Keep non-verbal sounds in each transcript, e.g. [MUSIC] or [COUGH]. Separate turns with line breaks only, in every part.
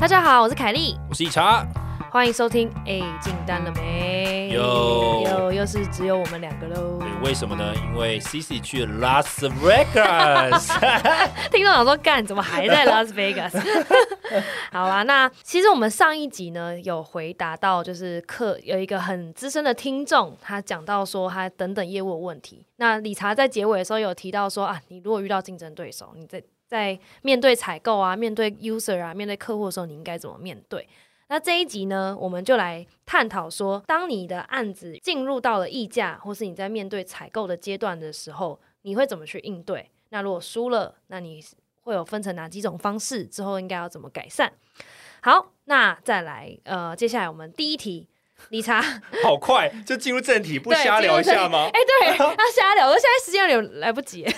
大家好，我是凯莉，
我是一茶，
欢迎收听。哎，进单了没？
有
有，又是只有我们两个喽
对。，为什么呢？因为 Cici 去了 Las Vegas，
[LAUGHS] 听众想说，干，怎么还在 Las Vegas？好啊，那其实我们上一集呢有回答到，就是客有一个很资深的听众，他讲到说他等等业务的问题。那理查在结尾的时候有提到说啊，你如果遇到竞争对手，你在在面对采购啊、面对 user 啊、面对客户的时候，你应该怎么面对？那这一集呢，我们就来探讨说，当你的案子进入到了议价，或是你在面对采购的阶段的时候，你会怎么去应对？那如果输了，那你会有分成哪几种方式？之后应该要怎么改善？好，那再来，呃，接下来我们第一题，理查，
[LAUGHS] 好快就进入正题， [LAUGHS] 不
对
瞎聊一下
哎、
吗？
对，要瞎聊，我现在时间有点来不及。 [LAUGHS]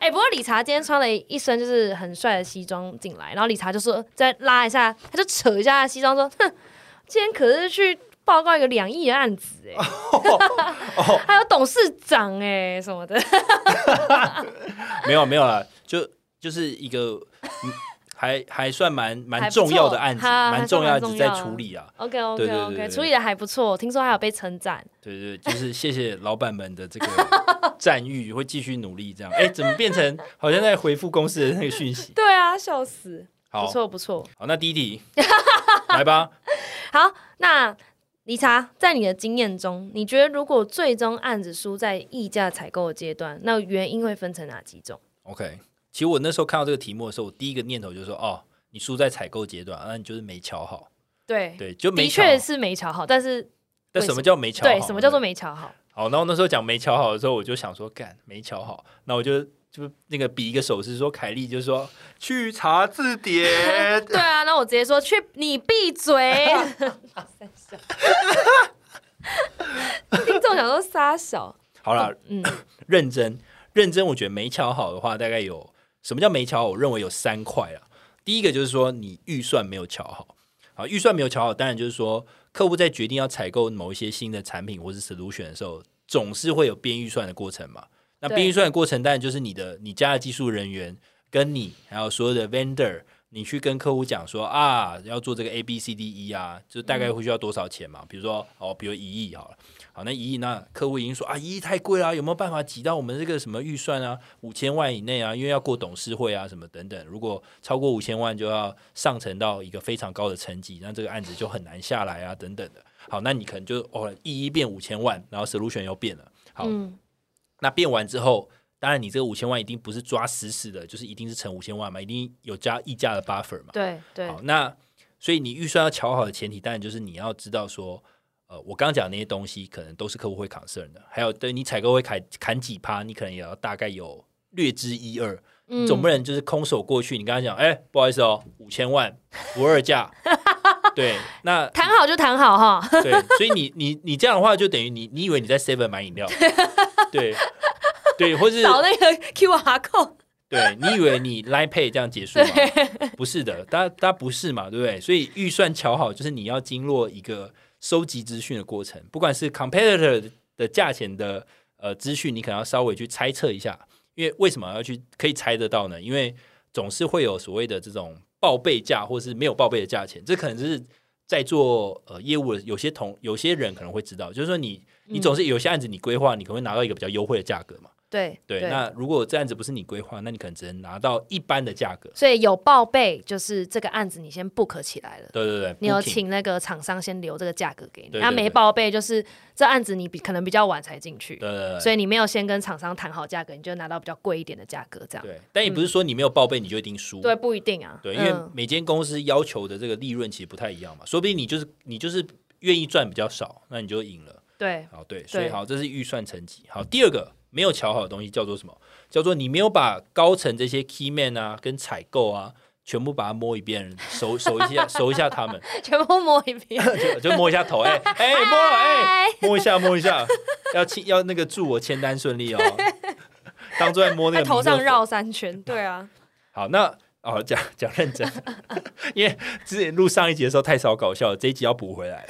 哎、不过理查今天穿了一身就是很帅的西装进来，然后理查就说再拉一下，他就扯一下他的西装说：“哼，今天可是去报告一个两亿的案子
[LAUGHS]
哎、
哦
[LAUGHS] 还有董事长哎、什么的。
没有没有啦，就就是一个嗯还还算蛮
还
蛮
不错
重要的案子，
哈
蛮重要
还
的
算
案
蛮重
子在
要
处理啊。
OK OK
对对
OK，
对对
处理的还不错，听说还有被称赞。
对对，对就是谢谢老板们的这个 [LAUGHS] 赞誉，会继续努力这样。哎，怎么变成好像在回复公司的那个讯息？
对啊，笑死，不
好
错不错。
好，那第一题来吧。
好，那理查，在你的经验中，你觉得如果最终案子输在议价采购的阶段，那原因会分成哪几种？
OK，其实我那时候看到这个题目的时候，我第一个念头就是说，哦，你输在采购阶段，啊那你就是没瞧好。
对，
对，就没
的
瞧
确
好。
是没瞧好，但是
但什么叫没瞧好？
对，什么叫做没瞧好？。
好？然后那时候讲没瞧好的时候，我就想说，干没瞧好，那我就就那个比一个手势，说凯莉就说去查字典
[LAUGHS] 对啊，那我直接说去你闭嘴。听众想说撒小，
好啦，
嗯，
认真认真，我觉得没瞧好的话，大概有什么叫没瞧好？我认为有三块啊。第一个就是说你预算没有瞧好，好预算没有瞧好，当然就是说客户在决定要采购某一些新的产品或是 solution 的时候，总是会有编预算的过程嘛。那
对
编预算的过程，当然就是你的你家的技术人员跟你还有所有的 vendor。你去跟客户讲说啊，要做这个 A B C D E 啊，就大概会需要多少钱嘛？比如说哦，比如一亿好了，好，那一亿，那客户已经说啊，一亿太贵啦，有没有办法挤到我们这个什么预算啊，五千万以内啊？因为要过董事会啊，什么等等。如果超过五千万，就要上层到一个非常高的层级，那这个案子就很难下来啊，等等的。好，那你可能就哦，一亿变五千万，然后 solution 又变了。好，
嗯，
那变完之后，当然你这个五千万一定不是抓死死的，就是一定是乘五千万嘛，一定有加溢价的 buffer 嘛。
对对
好，那所以你预算要瞧好的前提，当然就是你要知道说，呃，我刚刚讲的那些东西可能都是客户会 concern 的，还有对你采购会砍砍几趴，你可能也要大概有略知一二，
嗯
总不能就是空手过去。你刚刚讲，哎、不好意思哦，五千万不二价， [LAUGHS] 对，那
谈好就谈好哈。
对，所以你你你这样的话，就等于你你以为你在 seven 买饮料，对对，或是
找那个 QR code。
对你以为你 Line Pay 这样结束吗？不是的，大家大家不是嘛，对不对？所以预算瞧好，就是你要经过一个收集资讯的过程，不管是 competitor 的价钱的呃资讯，你可能要稍微去猜测一下，因为为什么要去可以猜得到呢？因为总是会有所谓的这种报备价，或是没有报备的价钱，这可能是在做呃业务的有些同有些人可能会知道，就是说你你总是有些案子你规划，你可能会拿到一个比较优惠的价格嘛。
对
对，那如果这案子不是你规划，那你可能只能拿到一般的价格。
所以有报备，就是这个案子你先 book 起来了。
对对对，
你有
booking
请那个厂商先留这个价格给你，
对
那
对
没
对
报备就是这案子你比可能比较晚才进去，
对对
所
对
以你没有先跟厂商谈好价格，你就拿到比较贵一点的价格，这样
对，但也不是说你没有报备你就一定输。
嗯对不一定啊，
对，因为
嗯
每间公司要求的这个利润其实不太一样嘛，说不定你就是你就是愿意赚比较少，那你就赢了。
对
好，对，所以好，这是预算层级。好，第二个没有瞧好的东西叫做什么？叫做你没有把高层这些 key man 啊跟采购啊全部把它摸一遍，熟熟一下熟一下他们，
[LAUGHS] 全部摸一遍，
就就摸一下头，哎、哎、摸了 [LAUGHS] 哎。
[LAUGHS]
摸一下，摸一下，要签要那个祝我签单
[LAUGHS]
顺利哦。当做在摸那
在
个
头上
弥勒佛。
绕三圈，对啊， [LAUGHS]
好，那哦讲讲认真， [LAUGHS] 因为之前录上一集的时候太少搞笑了，这一集要补回来。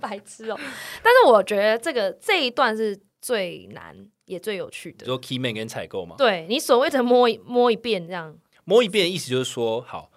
白痴哦、 [LAUGHS] 但是我觉得这个这一段是最难也最有趣
你
的，
说 key man 跟采购嘛，
对你所谓的摸一摸一遍这样，
摸一遍的意思就是说，好，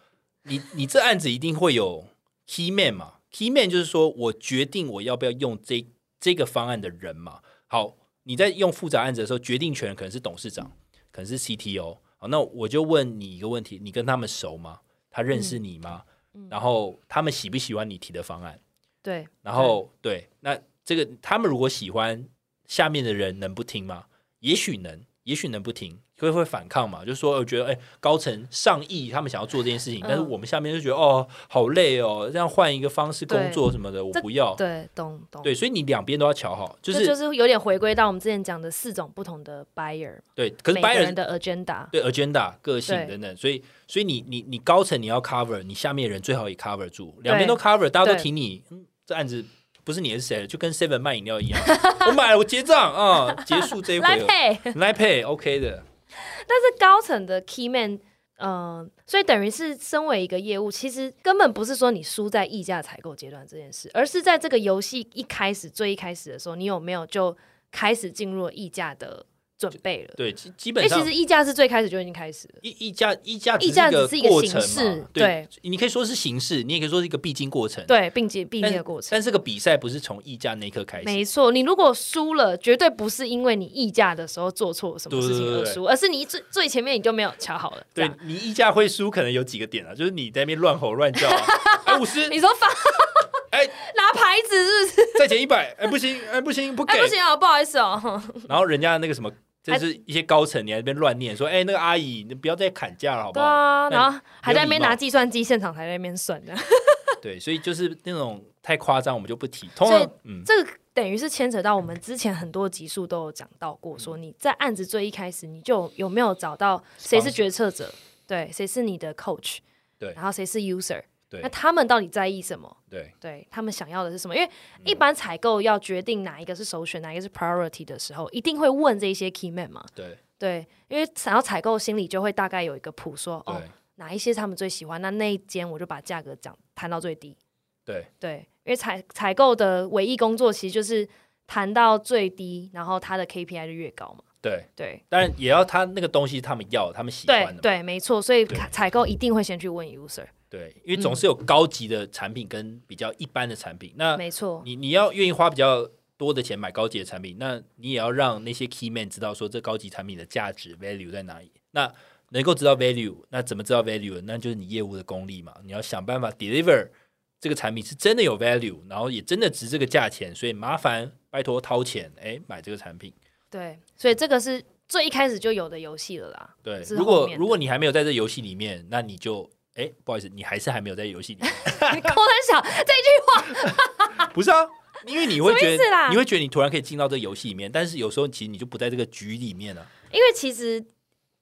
你你这案子一定会有 key man 嘛？key man 就是说我决定我要不要用这这个方案的人嘛。好，你在用复杂案子的时候，决定权可能是董事长，可能是 CTO。好，那我就问你一个问题：你跟他们熟吗？他认识你吗？然后他们喜不喜欢你提的方案？
对，
然后对，那这个他们如果喜欢，下面的人能不听吗？也许能，也许能不听，会会反抗嘛？就是说，我觉得哎，高层上亿他们想要做这件事情，但是
嗯
我们下面就觉得哦，好累哦，这样换一个方式工
对
作什么的，我
这
不要。
对，懂懂。
对，所以你两边都要瞧好，就
这
是
就是有点回归到我们之前讲的四种不同的 buyer，
对。可是
每
白
个
人
人的 agenda，
对 agenda、个性
对
等等，所以所以你你你高层你要 cover，你下面人最好也 cover 住，两边
对
都 cover，大家都
对
挺你，嗯，这案子不是你是谁了，就跟 seven 卖饮料一样，我买了我结账啊、结束这一回
来
了，
配。
来配 OK 的，
但是高层的 key man，嗯、所以等于是身为一个业务，其实根本不是说你输在议价采购阶段这件事，而是在这个游戏一开始最一开始的时候，你有没有就开始进入了议价的准备了？
对，基基
因
本
为哎其
上
实议价是最开始就已经开始了。
议议价议价
议价
只
只是一个
过
形
程
式
嘛，，你可以说是形式，你也可以说是一个必经过程，
对，并且并
但
列
是
的过程。
但这个比赛不是从议价那一刻开始，
没错，你如果输了，绝对不是因为你议价的时候做错什么
对
事情
对对
而
对
输，而是你最最前面你就没有瞧好了。这
对
样，
你议价会输，可能有几个点啊，就是你在那边乱吼乱
[LAUGHS]
叫啊，哎五十，
你说发
[LAUGHS] 哎
[LAUGHS] 拿牌子是不是？
再减一百，哎不行，哎不行，不给
哎，，不行啊，不好意思
[LAUGHS]
哦。
然后人家那个什么，就是一些高层，你还在那边乱念说，哎、那个阿姨，你不要再砍价了，好不
对
好？
啊，
那
然后还在那边
没有礼貌
拿计算机，现场还在那边算
[LAUGHS]
的，
对，所以就是那种太夸张，我们就不提。通常
所以，
嗯，
这个等于是牵扯到我们之前很多集数都有讲到过，说
嗯
你在案子最一开始，你就有没有找到谁是决策者，对，谁是你的 coach，
对
然后谁是 user，
对
那他们到底在意什么？
对
对他们想要的是什么？因为
嗯
一般采购要决定哪一个是首选，哪一个是 priority 的时候，一定会问这一些 key man 嘛。
对
对，因为想要采购心里就会大概有一个谱说，哦
对，
哪一些他们最喜欢，那那一间我就把价格讲谈到最低。
对
对，因为采采购的唯一工作其实就是谈到最低，然后他的 KPI 就越高嘛。
对，
对，
当然也要他那个东西，他们要，他们喜
对
欢的嘛。
对，没错，所以
对
采购一定会先去问 user，
对，因为总是有高级的产品跟比较一般的产品。那
没错，
呃你你要愿意花比较多的钱买高级的产品，那你也要让那些 key man 知道说这高级产品的价值 value 在哪里。那能够知道 value，那怎么知道 value？那就是你业务的功力嘛。你要想办法 deliver 这个产品是真的有 value，然后也真的值这个价钱，所以麻烦拜托掏钱，哎，买这个产品。
对，所以这个是最一开始就有的游戏了
[LAUGHS]
啦。
对，
是
如
后
果
面的
如果你还没有在这游戏里面，那你就哎，不好意思，你还是还没有在游戏
[LAUGHS]
里面。
你抠很小，这一句话
不是啊，因为你会觉
什么意思
得
啦
你会觉得你突然可以进到这个游戏里面，但是有时候其实你就不在这个局里面啊了、
因为其实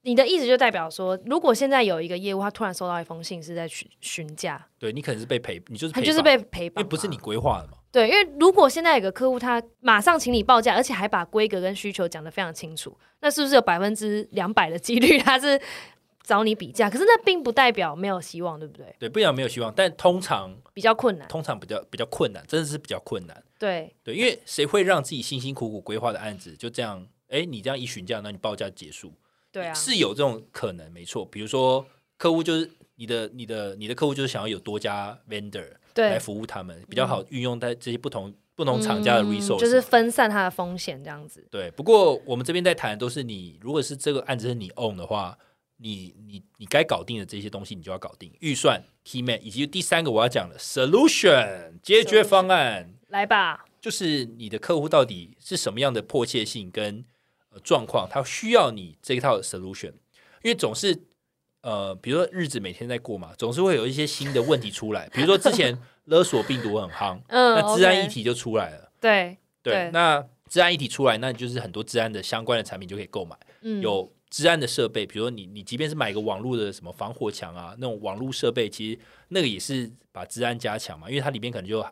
你的意思就代表说，如果现在有一个业务，他突然收到一封信是在询询价，
对你可能是被陪，你就是
他
陪
就是
绑
被赔
因为
吧，
不是你规划的嘛。
对，因为如果现在有个客户他马上请你报价，而且还把规格跟需求讲得非常清楚，那是不是有百分之两百的几率 [LAUGHS] 他是找你比价？可是那并不代表没有希望，对不对？
对，不讲没有希望，但通常
比较困难，
通常比较比较困难，真的是比较困难。
对
对，因为谁会让自己辛辛苦苦规划的案子就这样？哎，你这样一询价，那你报价结束，
对啊，
是有这种可能，没错。比如说客户就是你的、你的、你的客户就是想要有多家 vendor 来
对，
服务他们，比较好运用在这些不同不同厂家的
嗯
resource，、
就是分散他的风险这样子。嗯
对，不过我们这边在谈的都是你，如果是这个案子是你 own 的话，你你你该搞定的这些东西你就要搞定，预算、key man，以及第三个我要讲的 solution 解决方案，
来吧，
就是你的客户到底是什么样的迫切性跟、呃、状况，他需要你这一套 solution，因为总是。呃，比如说日子每天在过嘛，总是会有一些新的问题出来。比如说之前 [LAUGHS] 勒索病毒很夯，
嗯，
那治安议
OK，
题就出来了。
对，
对
对，
那治安议题出来，那就是很多治安的相关的产品就可以购买，
嗯，
有治安的设备，比如说你你即便是买个网络的什么防火墙啊，那种网络设备，其实那个也是把治安加强嘛，因为它里面可能就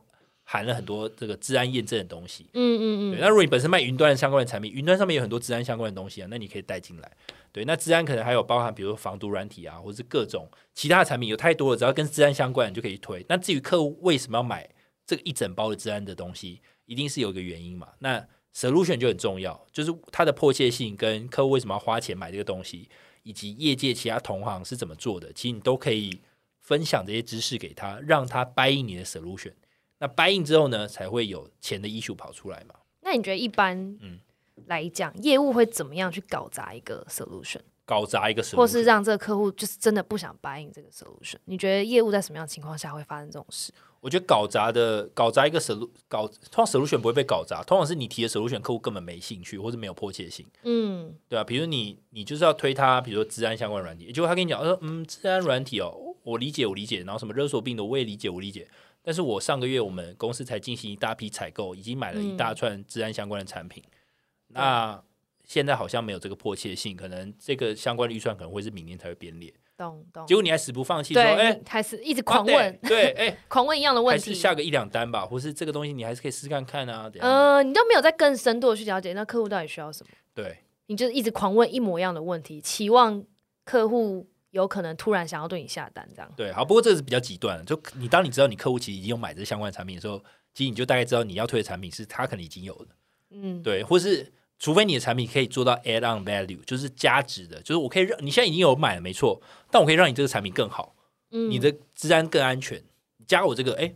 含了很多这个治安验证的东西。
嗯嗯
对，
嗯，
那如果你本身卖云端相关的产品，云端上面有很多治安相关的东西啊，那你可以带进来。对，那治安可能还有包含，比如说防毒软体啊，或是各种其他的产品，有太多了，只要跟治安相关，你就可以去推。那至于客户为什么要买这个一整包的治安的东西，一定是有一个原因嘛。那 solution 就很重要，就是它的迫切性跟客户为什么要花钱买这个东西，以及业界其他同行是怎么做的，其实你都可以分享这些知识给他，让他 buy in 你的 solution。那 buy in 之后呢，才会有钱的 issue 跑出来嘛。
那你觉得一般
嗯
来讲，业务会怎么样去搞砸一个 solution，
搞砸一个 solution，
或是让这个客户就是真的不想 buy in 这个 solution？你觉得业务在什么样的情况下会发生这种事？
我觉得搞砸的搞砸一个 solu 搞通常 solution 不会被搞砸，通常是你提的 solution 客户根本没兴趣或者没有迫切性，
嗯，
对吧、比如你你就是要推他，比如说治安相关软体，结果他跟你讲说，嗯，治安软体哦，我理解我理解，然后什么勒索病毒我也理解我理解，但是我上个月我们公司才进行一大批采购，已经买了一大串治安相关的产品，
嗯
那现在好像没有这个迫切性，可能这个相关的预算可能会是明年才会编列，
懂懂
结。果你还死不放弃说，哎、
对，你还是一直狂问，
啊对，对哎。
狂问一样的问
还是
题。
下个一两单吧，或是这个东西你还是可以试试看看啊。等一下
呃，你都没有再更深度的去了解那客户到底需要什么，
对
你就一直狂问一模一样的问题，期望客户有可能突然想要对你下单，这样。
对，好，不过这是比较极端的，就你当你知道你客户其实已经有买这相关的产品的时候，其实你就大概知道你要推的产品是他可能已经有的，
嗯，
对，或是除非你的产品可以做到 add on value，就是加值的，就是我可以让你现在已经有买了没错，但我可以让你这个产品更好，
嗯
你的治安更安全，加我这个哎。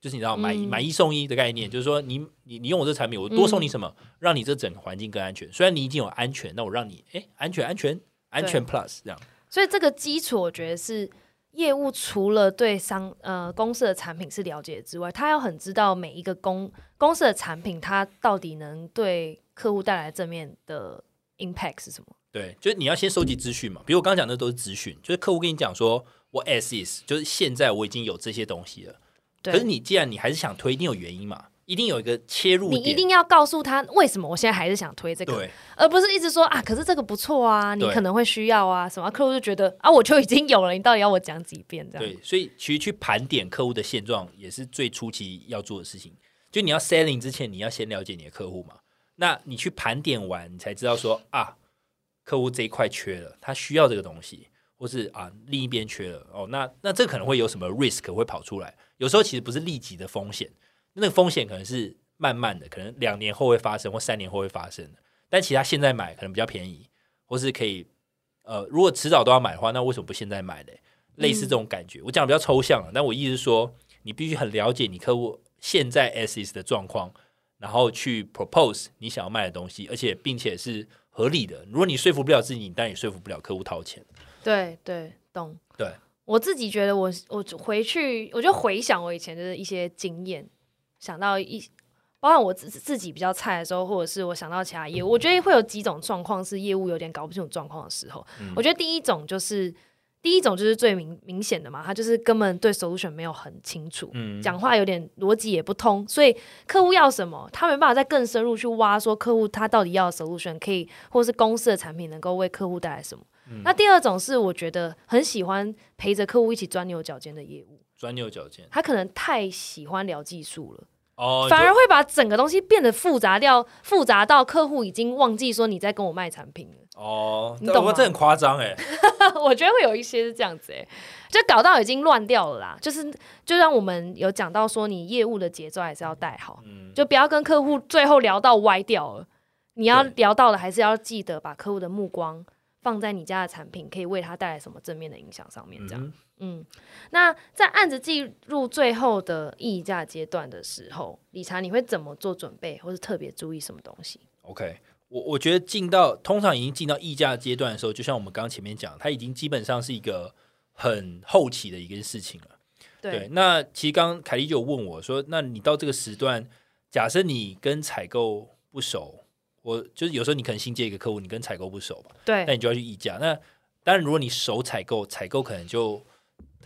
就是你知道买
嗯
买一送一的概念，就是说你你你用我这个产品，我多送你什么，让你这整个环境更安全。虽然你已经有安全，那我让你哎安全安全安全 plus 这样。
所以这个基础，我觉得是业务除了对商呃公司的产品是了解之外，他要很知道每一个公公司的产品，它到底能对客户带来正面的 impact 是什么。
对，就是你要先收集资讯嘛。比如我刚刚讲的都是资讯，就是客户跟你讲说，我 as is，就是现在我已经有这些东西了。可是
对，
你既然你还是想推，一定有原因嘛，一定有一个切入
你
点。
一定要告诉他为什么我现在还是想推这个，
对
而不是一直说啊，可是这个不错啊，你
对
可能会需要啊什么，客户就觉得啊，我就已经有了，你到底要我讲几遍这样？
对，所以其实去盘点客户的现状也是最初期要做的事情。就你要 selling 之前，你要先了解你的客户嘛。那你去盘点完，你才知道说啊，客户这一块缺了，他需要这个东西，或是啊另一边缺了哦，那那这可能会有什么 risk 会跑出来？有时候其实不是立即的风险，那个风险可能是慢慢的，可能两年后会发生或三年后会发生的。但其实他现在买可能比较便宜，或是可以呃，如果迟早都要买的话，那为什么不现在买嘞？类似这
嗯
种感觉，我讲的比较抽象了，啊但我意思是说，你必须很了解你客户现在 S is 的状况，然后去 propose 你想要卖的东西，而且并且是合理的。如果你说服不了自己，你当然也说服不了客户掏钱。
对对，懂。
对，
我自己觉得我我回去，我就回想我以前就是一些经验，想到一，包含我自自己比较菜的时候，或者是我想到其他业务，我觉得会有几种状况是业务有点搞不清楚状况的时候。
嗯
我觉得第一种就是第一种就是最明明显的嘛，他就是根本对 solution 没有很清楚，
嗯，
讲话有点逻辑也不通，所以客户要什么，他没办法再更深入去挖，说客户他到底要的 solution 可以，或是公司的产品能够为客户带来什么。那第二种是我觉得很喜欢陪着客户一起钻牛角尖的业务，
钻牛角尖
他可能太喜欢聊技术了，
哦
反而会把整个东西变得复杂掉，复杂到客户已经忘记说你在跟我卖产品了。
哦，
你懂吗啊
哇这很夸张
[LAUGHS]
哎，
我觉得会有一些是这样子、欸，就搞到已经乱掉了啦。就是就让我们有讲到说，你业务的节奏还是要
嗯
带好，就不要跟客户最后聊到歪掉了。你要
对
聊到的，还是要记得把客户的目光放在你家的产品可以为他带来什么正面的影响上面，这样。
嗯
嗯，那在案子进入最后的议价阶段的时候，理查你会怎么做准备，或是特别注意什么东西？
OK，我我觉得进到通常已经进到议价阶段的时候，就像我们刚刚前面讲，它已经基本上是一个很后期的一个事情了。对，那其实刚刚凯莉就有问我说，那你到这个时段，假设你跟采购不熟，我就是有时候你可能新接一个客户，你跟采购不熟吧，那
对，
你就要去议价。那当然，如果你熟采购，采购可能就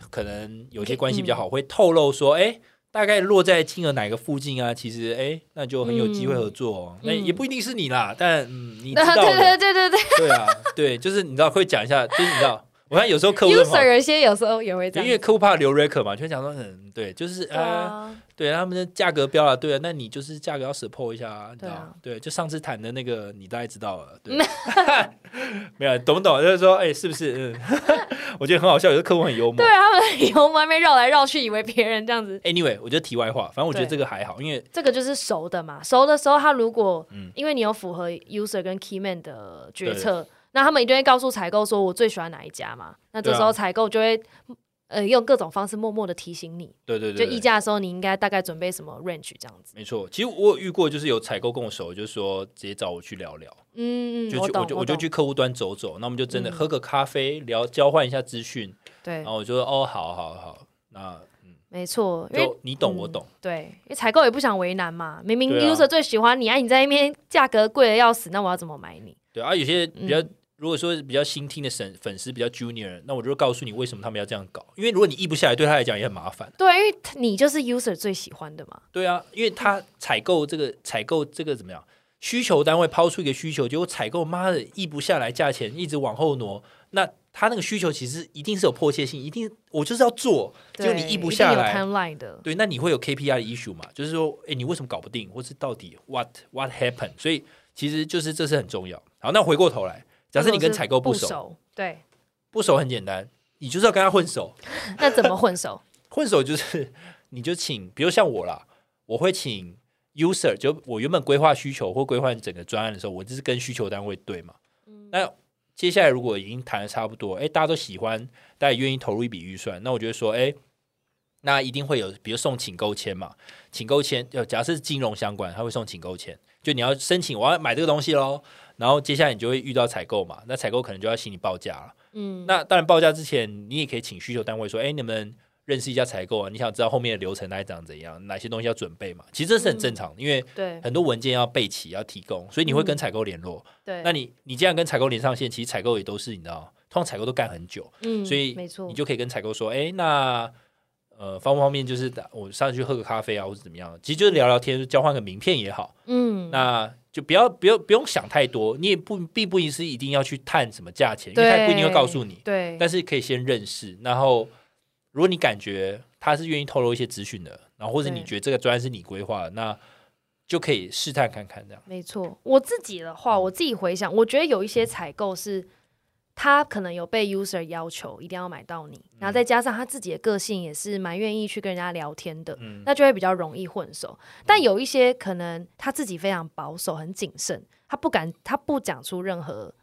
可能有些关系比
嗯
较好，会透露说，哎、大概落在金额哪个附近啊？其实，哎、那就很有机会合作、哦。那、也不一定是你啦，但嗯，
[LAUGHS]
你知
对嗯对
道的，
对对对
对啊，对，就是你知道会讲一下，就是你知道，我看有时候客户很好
，user 有些有时候也会这样
因
子，
为客户怕留 record 嘛，就会讲说，嗯，对，就是
对
呃，
啊
对，他们的价格标啊，对啊，那你就是价格要 support 一下啊，你知
对
道、
啊
对，就上次谈的那个，你大概知道
[LAUGHS]
了，对， [LAUGHS] 没有懂不懂？就是说，哎、是不是？嗯， [LAUGHS] 我觉得很好笑，有的客户很幽默
对。啊他
嗯
们以后外面绕来绕去，以为别人这样子。
Anyway，我觉得题外话，反正我觉得
对
这个还好，因为
这个就是熟的嘛，熟的时候，他如果、
嗯
因为你有符合 user 跟 keyman 的决策，那他们一定会告诉采购说我最喜欢哪一家嘛。那这时候
对啊
采购就会、呃用各种方式默默的提醒你，
对对
就
对对，
议价的时候你应该大概准备什么 range 这样子。
没错。其实我有遇过，就是有采购跟我熟，就是说直接找我去聊聊，
嗯，嗯
就
我
去
懂，
就
我
我就
懂
去客户端走走，那我们就真的
嗯
喝个咖啡，聊交换一下资讯，
对
然，后我就说哦，好好好，那嗯，
没错，因为
就你懂我懂，
对，因为采购也不想为难嘛，明明
对啊
user 最喜欢你，哎、你在那边价格贵的要死，那我要怎么买你？
对啊。有些比
嗯
较如果说比较新听的粉粉丝比较 junior，那我就告诉你为什么他们要这样搞，因为如果你议不下来，对他来讲也很麻烦。
对，因为你就是 user 最喜欢的嘛，
对啊，因为他采购这个采购这个怎么样？需求单位抛出一个需求，结果采购妈的议不下来，价钱一直往后挪。那他那个需求其实一定是有迫切性，一定我就是要做，结果
对
你议不
一定
下
有
来，
timeline 的，
对，那你会有 KPI 的 issue 嘛？就是说，哎，你为什么搞不定，或是到底 what what happened？所以其实就是这是很重要。好，那回过头来，假设你跟采购
不
不熟，
熟，对，
[LAUGHS] 不熟很简单，你就是要跟他混熟，
那怎么混熟？
混熟就是 [LAUGHS] 你就请，比如像我啦，我会请 user，就我原本规划需求或规划整个专案的时候，我就是跟需求单位对嘛。那接下来如果已经谈的差不多，哎，大家都喜欢，大家也愿意投入一笔预算，那我就会说，哎，那一定会有，比如送请购签嘛，请购签，呃，假设是金融相关，他会送请购签，就你要申请我要买这个东西喽，然后接下来你就会遇到采购嘛，那采购可能就要请你报价了。
嗯，
那当然，报价之前你也可以请需求单位说，哎，你们认识一下采购啊，你想知道后面的流程大概长怎样，哪些东西要准备嘛？其实这是很正
嗯
常的，因为
对
很多文件要备齐，要提供，所以你会跟采购联络。
嗯对，
那你你这样跟采购连上线，其实采购也都是你知道，通常采购都干很久，
嗯，
所以
没错
你，就可以跟采购说，哎，那。呃，方不方便就是打我上去喝个咖啡啊，或者怎么样，其实就是聊聊天，交换个名片也好。
嗯，
那就不要不要不用想太多，你也不并不一定是一定要去探什么价钱，因为他不一定会告诉你。
对，
但是可以先认识，然后如果你感觉他是愿意透露一些资讯的，然后或者
对
你觉得这个专案是你规划的，那就可以试探看看这样。
没错，我自己的话，我自己回想，我觉得有一些采购是他可能有被 user 要求一定要买到你，然后再加上他自己的个性也是蛮愿意去跟人家聊天的，
嗯
那就会比较容易混熟。但有一些可能他自己非常保守、很谨慎，他不敢，他不讲出任何。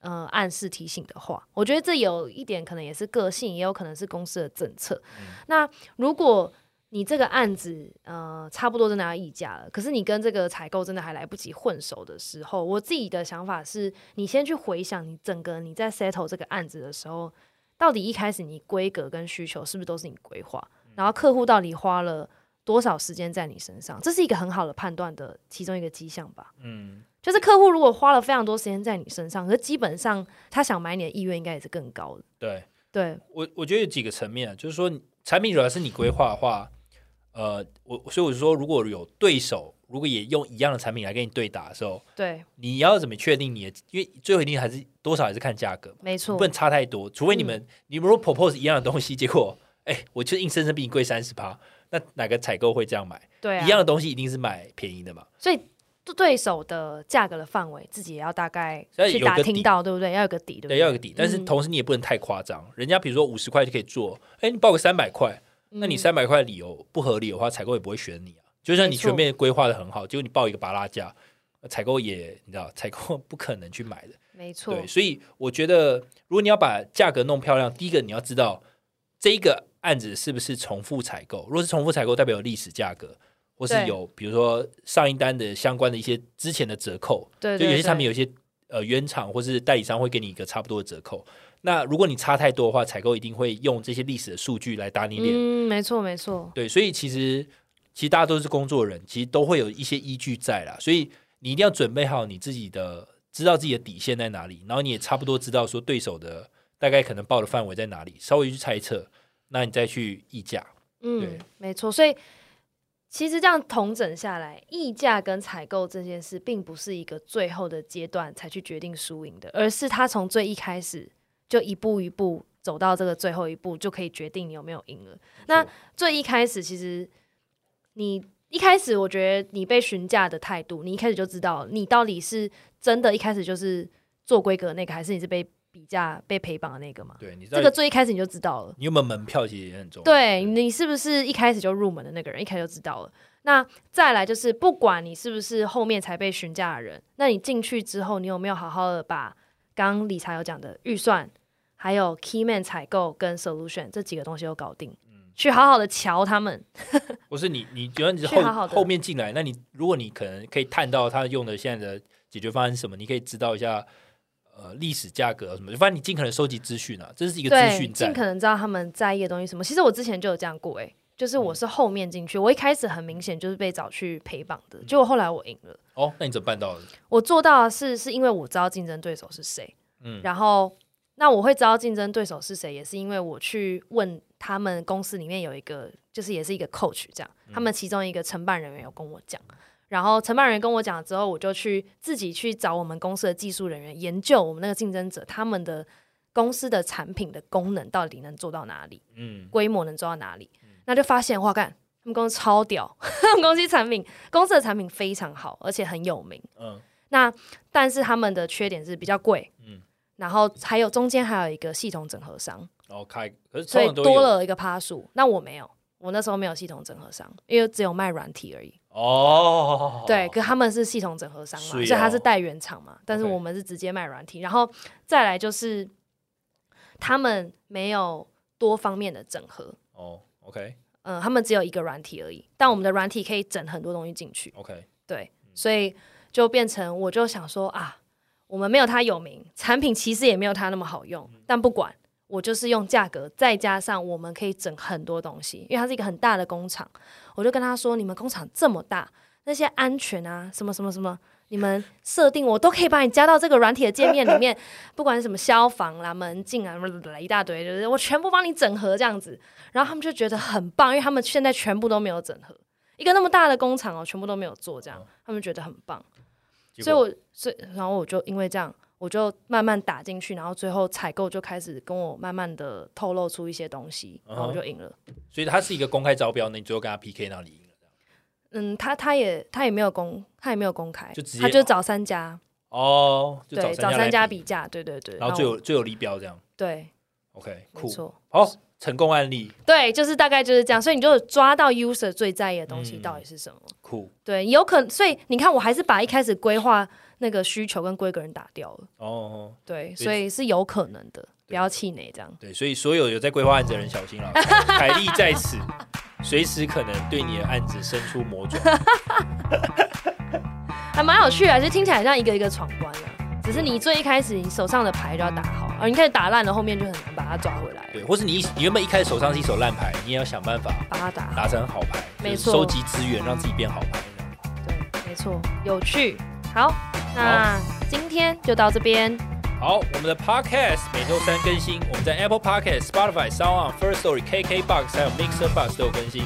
呃，暗示提醒的话，我觉得这有一点可能也是个性，也有可能是公司的政策。那如果你这个案子，呃，差不多真的要议价了，可是你跟这个采购真的还来不及混熟的时候，我自己的想法是，你先去回想你整个你在 settle 这个案子的时候，到底一开始你规格跟需求是不是都是你规划，
嗯
然后客户到底花了多少时间在你身上，这是一个很好的判断的其中一个迹象吧。
嗯，
就是客户如果花了非常多时间在你身上，可是基本上他想买你的意愿应该也是更高的。
对
对，
我我觉得有几个层面啊，就是说你产品主要是你规划的话，呃，我所以我就说，如果有对手如果也用一样的产品来跟你对打的时候，
对，
你要怎么确定你的？因为最后一定还是多少还是看价格嘛。
没错
不，能差太多，除非你们、你们如果 propose 一样的东西，结果哎、我就硬生生比你贵三十趴，那哪个采购会这样买？
对、啊，
一样的东西一定是买便宜的嘛，
所以对手的价格的范围，自己也要大概
所以
去
有个
打
底
听到，对不对？要有个底，对不嗯
对，要有个底。但是同时你也不能太夸张，人家比如说五十块就可以做，哎、你报个三百块，那你三百块的理由不合理的话，采购也不会选你啊。就算
嗯
你
没错
全面规划的很好，结果你报一个拔拉价，呃采购也你知道， [LAUGHS] 采购不可能去买的。
没错
对，，所以我觉得，如果你要把价格弄漂亮，第一个你要知道这一个案子是不是重复采购。如果是重复采购，代表有历史价格，或是
对
有比如说上一单的相关的一些之前的折扣。
对
就有些产品
有
有些呃原厂或是代理商会给你一个差不多的折扣。那如果你差太多的话，采购一定会用这些历史的数据来打你脸。
嗯，没错没错，
对，所以其实其实大家都是工作人，其实都会有一些依据在啦，所以你一定要准备好你自己的，知道自己的底线在哪里，然后你也差不多知道说对手的大概可能报的范围在哪里，稍微去猜测，那你再去议价。
嗯
对，
没错，所以。其实这样统整下来，议价跟采购这件事，并不是一个最后的阶段才去决定输赢的，而是他从最一开始就一步一步走到这个最后一步，就可以决定你有没有赢了。那最一开始，其实你一开始，我觉得你被询价的态度，你一开始就知道你到底是真的一开始就是做规格那个，还是你是被比价、被陪绑的那个嘛？
对，你知道
这个最一开始你就知道了。
你有没有门票其实也很重要。
对你是不是一开始就入门的那个人，一开始就知道了。那再来就是，不管你是不是后面才被询价的人，那你进去之后，你有没有好好的把刚刚理查有讲的预算，还有 Keyman 采购跟 Solution 这几个东西都搞定，去好好的瞧他们。
不是你，你觉得你是
去
后
好好地
后面进来，那你如果你可能可以探到他用的现在的解决方案是什么，你可以知道一下呃历史价格什么，反正你尽可能收集资讯啊，这是一个资
对，
讯站
尽。可能知道他们在意的东西是什么。其实我之前就有这样过、欸，就是
嗯
我是后面进去，我一开始很明显就是被找去陪绑
嗯
的，结果后来我赢了。
哦，那你怎么办到的？
我做到的是是因为我知道竞争对手是谁，
嗯
然后那我会知道竞争对手是谁，也是因为我去问他们公司里面有一个，就是也是一个 coach 这样，
嗯
他们其中一个承办人员有跟我讲。然后承办人员跟我讲了之后，我就去自己去找我们公司的技术人员研究我们那个竞争者他们的公司的产品的功能到底能做到哪里。
嗯，
规模能做到哪里，那就发现哇，干他们公司超屌， [LAUGHS] 他们公司产品公司的产品非常好，而且很有名。
嗯，
那但是他们的缺点是比较贵，嗯
嗯，
然后还有中间还有一个系统整合商，
然后哦开，可是
所
通
以
常都有
多了一个趴数。那我没有，我那时候没有系统整合商，因为只有卖软体而已。
哦，
对，可他们是系统整合商嘛，
是
所
哦
以他是代原厂嘛，但是
OK
我们是直接卖软体，然后再来就是他们没有多方面的整合，
哦，OK
嗯，他们只有一个软体而已，但我们的软体可以整很多东西进去，
OK，
对，所以就变成我就想说啊，我们没有它有名，产品其实也没有它那么好用，但不管，我就是用价格再加上我们可以整很多东西，因为它是一个很大的工厂，我就跟他说，你们工厂这么大，那些安全啊，什么什么什么。你们设定我都可以把你加到这个软体的界面里面，不管是什么消防啦、门禁啊， [LAUGHS] 一大堆，就是我全部帮你整合这样子。然后他们就觉得很棒，因为他们现在全部都没有整合，一个那么大的工厂哦，全部都没有做这样，他们觉得很棒。
嗯结
所以
果
我，所以然后我就因为这样，我就慢慢打进去，然后最后采购就开始跟我慢慢的透露出一些东西，然后我
嗯哼
就赢了。
所以它是一个公开招标，那你最后跟他 PK，然后你赢了。
嗯，他他也他也没有公他也没有公开，
就直接
他就找三家，
哦，就
对，
三
找
来
三家
比，
比价，对对对，
然后最
我
有最有利标这样。
对，
OK，
没
酷，
错，
好，成功案例，
对，就是大概就是这样，所以你就抓到 user 最在意的东西
嗯
到底是什么。
酷
对，有可能，所以你看，我还是把一开始规划那个需求跟规格人打掉了，
哦哦。
对，
对
所以是有可能的，不要气馁这样。
对，所以所有有在规划案子的人小
[LAUGHS]
心了，凯莉在此，随时可能对你的案子伸出魔爪。
还蛮有趣的，就听起来像一个一个闯关啊。只是你最一开始你手上的牌就要打好，啊哦而你开始打烂了，后面就很难把它抓回来，
对，或是你一你原本一开始手上是一手烂牌，你也要想办法
把它打好。
打成好牌，
没
就是
错
收集资源让自己变好牌这样。
对，没错，有趣。好，那今天就到这边，
好，我们的 Podcast 每周三更新，我们在 Apple Podcast、Spotify、Sound On、First Story、KK Box 还有 Mixer Box 都有更新。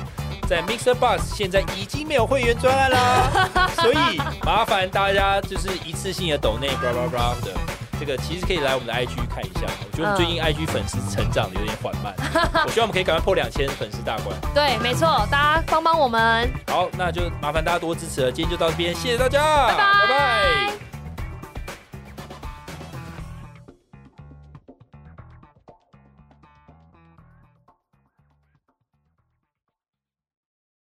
在 Mixer Box 现在已经没有会员专案
[LAUGHS]
啦，所以麻烦大家就是一次性的抖内 blah blah blah 的。这个其实可以来我们的 IG 看一下，我觉得我们
嗯
最近 IG 粉丝成长的有点缓
[LAUGHS]
慢，我希望我们可以赶快破两千粉丝大关。
对，没错，大家帮帮我们，
好，那就麻烦大家多支持了，今天就到这边，谢谢大家，
拜
拜拜